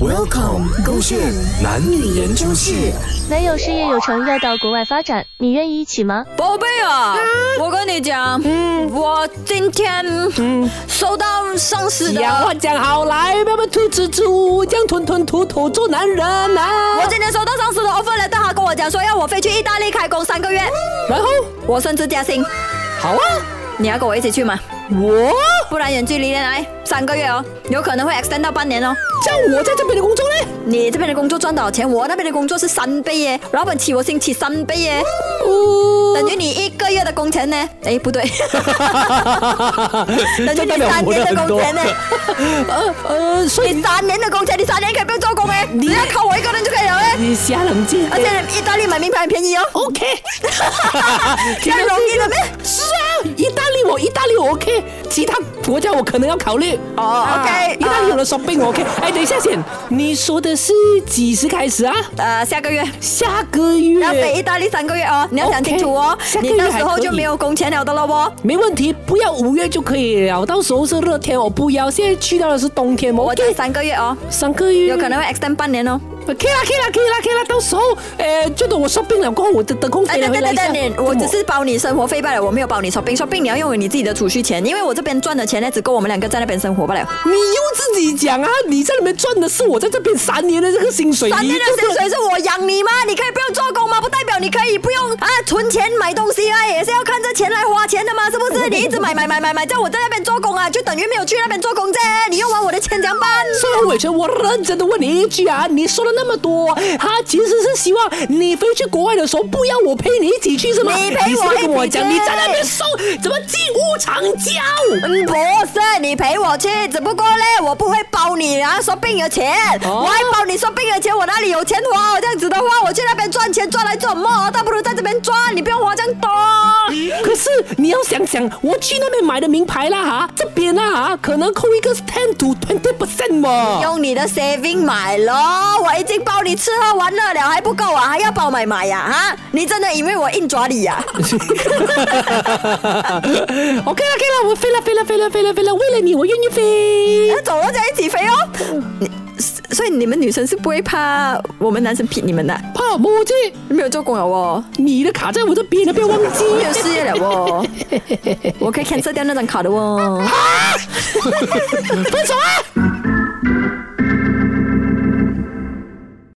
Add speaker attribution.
Speaker 1: Welcome，勾线男女研究室。
Speaker 2: 男友事业有成，要到国外发展，你愿意一起吗？
Speaker 3: 宝贝啊，我跟你讲，
Speaker 4: 嗯
Speaker 3: 我今天收到上司的，
Speaker 4: 讲话讲好来，慢慢吐蜘蛛，这样吞吞吐吐做男人啊
Speaker 3: 我！今天收到上司的 offer letter，他跟我讲说要我飞去意大利开工三个月，
Speaker 4: 然后
Speaker 3: 我升职加薪，
Speaker 4: 好啊，
Speaker 3: 你要跟我一起去吗？
Speaker 4: 我
Speaker 3: 不然远距离恋爱三个月哦，有可能会 extend 到半年哦。
Speaker 4: 叫我在这边的工作呢，
Speaker 3: 你这边的工作赚多少钱？我那边的工作是三倍耶，老板起我薪起三倍耶，
Speaker 4: 哦，
Speaker 3: 等于你一个月的工钱呢？哎， 不对，等于
Speaker 4: 这代
Speaker 3: 你
Speaker 4: 表
Speaker 3: 三
Speaker 4: 我的
Speaker 3: 年的
Speaker 4: 很
Speaker 3: 工
Speaker 4: 多
Speaker 3: 钱。呢？哦
Speaker 4: 呃呃，所以
Speaker 3: 你三年的工钱，你三年可以不用做工哎，你要靠我一个人就可以了哎。
Speaker 4: 你瞎冷静。
Speaker 3: 而且意大利买名牌很便宜哦，
Speaker 4: OK，
Speaker 3: 这样容易的咩？
Speaker 4: 是啊，意大利我意大利我 OK，其他国家我可能要考虑。
Speaker 3: 哦
Speaker 4: 啊
Speaker 3: ，OK，
Speaker 4: 意大利有了 shopping 我 OK。哎，等一下先，你说的是几时开始啊？
Speaker 3: 呃，下个月
Speaker 4: 下个月。
Speaker 3: 要飞意大利三个月哦，你要想清楚哦
Speaker 4: OK，下，个
Speaker 3: 你
Speaker 4: 月
Speaker 3: 到时
Speaker 4: 还
Speaker 3: 候
Speaker 4: 可以
Speaker 3: 就没有工钱了的了哦。
Speaker 4: 没问题，不要五月就可以了。到时候是热天，我不要。现在去到的是冬天嘛，
Speaker 3: 我
Speaker 4: 我
Speaker 3: 讲三个月哦，
Speaker 4: 三个月
Speaker 3: 有可能会 extend 半年哦。
Speaker 4: 可以啦，可以啦，可以啦，可以啦。到时候，呃，就等我生病了过后，我的得空
Speaker 3: 哎，
Speaker 4: 飞了
Speaker 3: 等
Speaker 4: 回
Speaker 3: 等
Speaker 4: 来
Speaker 3: 等
Speaker 4: 一下。
Speaker 3: 等，你我
Speaker 4: 怎么
Speaker 3: 只是包你生活费罢了，我没有包你 shopping shopping，你要用你自己的储蓄钱，因为我这边赚的钱呢，只够我们两个在那边生活罢了。
Speaker 4: 你又自己讲啊，你在那边赚的是我在这边三年的这个薪水，
Speaker 3: 三
Speaker 4: 你
Speaker 3: 年的
Speaker 4: 就
Speaker 3: 薪水是我养你吗？你可以不用做工吗？不代表你可以不用啊存钱买东西啊，也是要看这钱来花钱的嘛，是不是？你一直买买买买买，叫我在那边做工啊，就等于没有去那边做工啫。你用完我的钱怎么办？
Speaker 4: 虽然伟成，我认真的问你一句啊，你说了那么多，他其实是希望你飞去国外的时候不要我陪你一起去是吗？
Speaker 3: 你陪我
Speaker 4: 你是不是跟我
Speaker 3: 一起去啊
Speaker 4: 讲，你在那边收怎么进屋 藏娇？
Speaker 3: 嗯，不是，你陪我去，只不过嘞，我不会包你啊，说病的钱，
Speaker 4: 哦
Speaker 3: 我还包你说病的钱，我哪里有钱花？我这样子的话，我去那边赚钱赚来做么？倒不如在这边赚，你不用花这样多。
Speaker 4: 可是你要想想，我去那边买的名牌啦哈，这边啦哈，可能扣一个 ten to twenty percent 嘛。
Speaker 3: 用你的 saving 买咯，我已经包你吃喝玩乐了，还不够啊，还要包买买呀、哈，你真的以为我硬抓你啊呀、
Speaker 4: OK 了，OK 了，我飞了，飞了，飞了，飞了，飞了，为了你，我愿意飞。
Speaker 3: 那走了就一起飞哦。你所以你们女生是不会怕我们男生劈你们的，啊
Speaker 4: 怕么这
Speaker 3: 没有做工了哦，
Speaker 4: 你的卡在我这边了，不要忘记。
Speaker 3: 没有事业了哦，我可以 cancel 掉那张卡的哦。
Speaker 4: 分手啊！